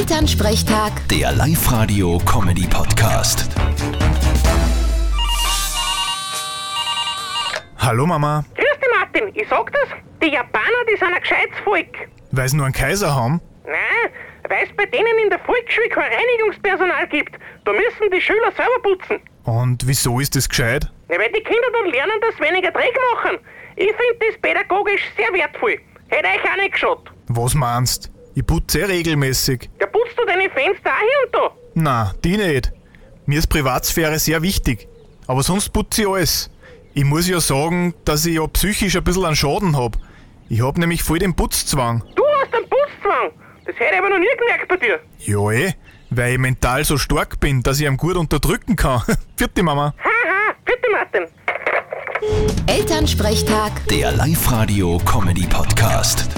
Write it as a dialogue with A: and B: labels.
A: Elternsprechtag,
B: Der Live-Radio-Comedy-Podcast.
C: Hallo Mama,
D: Grüß dich, Martin. Ich sag das, die Japaner, die sind ein gescheites Volk.
C: weil sie nur einen Kaiser haben?
D: Nein, weil es bei denen in der Volksschule kein Reinigungspersonal gibt. Da müssen die Schüler selber putzen.
C: Und wieso ist das gescheit?
D: Ja, weil die Kinder dann lernen, dass sie weniger Dreck machen. Ich finde das pädagogisch sehr wertvoll. Hätte euch auch nicht geschaut.
C: Was meinst? Ich putze eh regelmäßig.
D: Ja, putzt du deine Fenster auch hier und da?
C: Na, die nicht. Mir ist Privatsphäre sehr wichtig. Aber sonst putze ich alles. Ich muss ja sagen, dass ich ja psychisch ein bisschen einen Schaden hab. Ich hab nämlich voll den Putzzwang.
D: Du hast einen Putzzwang. Das hätte ich aber noch nie gemerkt bei dir.
C: Ja eh, weil ich mental so stark bin, dass ich ihn gut unterdrücken kann. Vierte Mama.
D: Haha, bitte, Martin.
A: Elternsprechtag.
B: Der Live-Radio-Comedy-Podcast.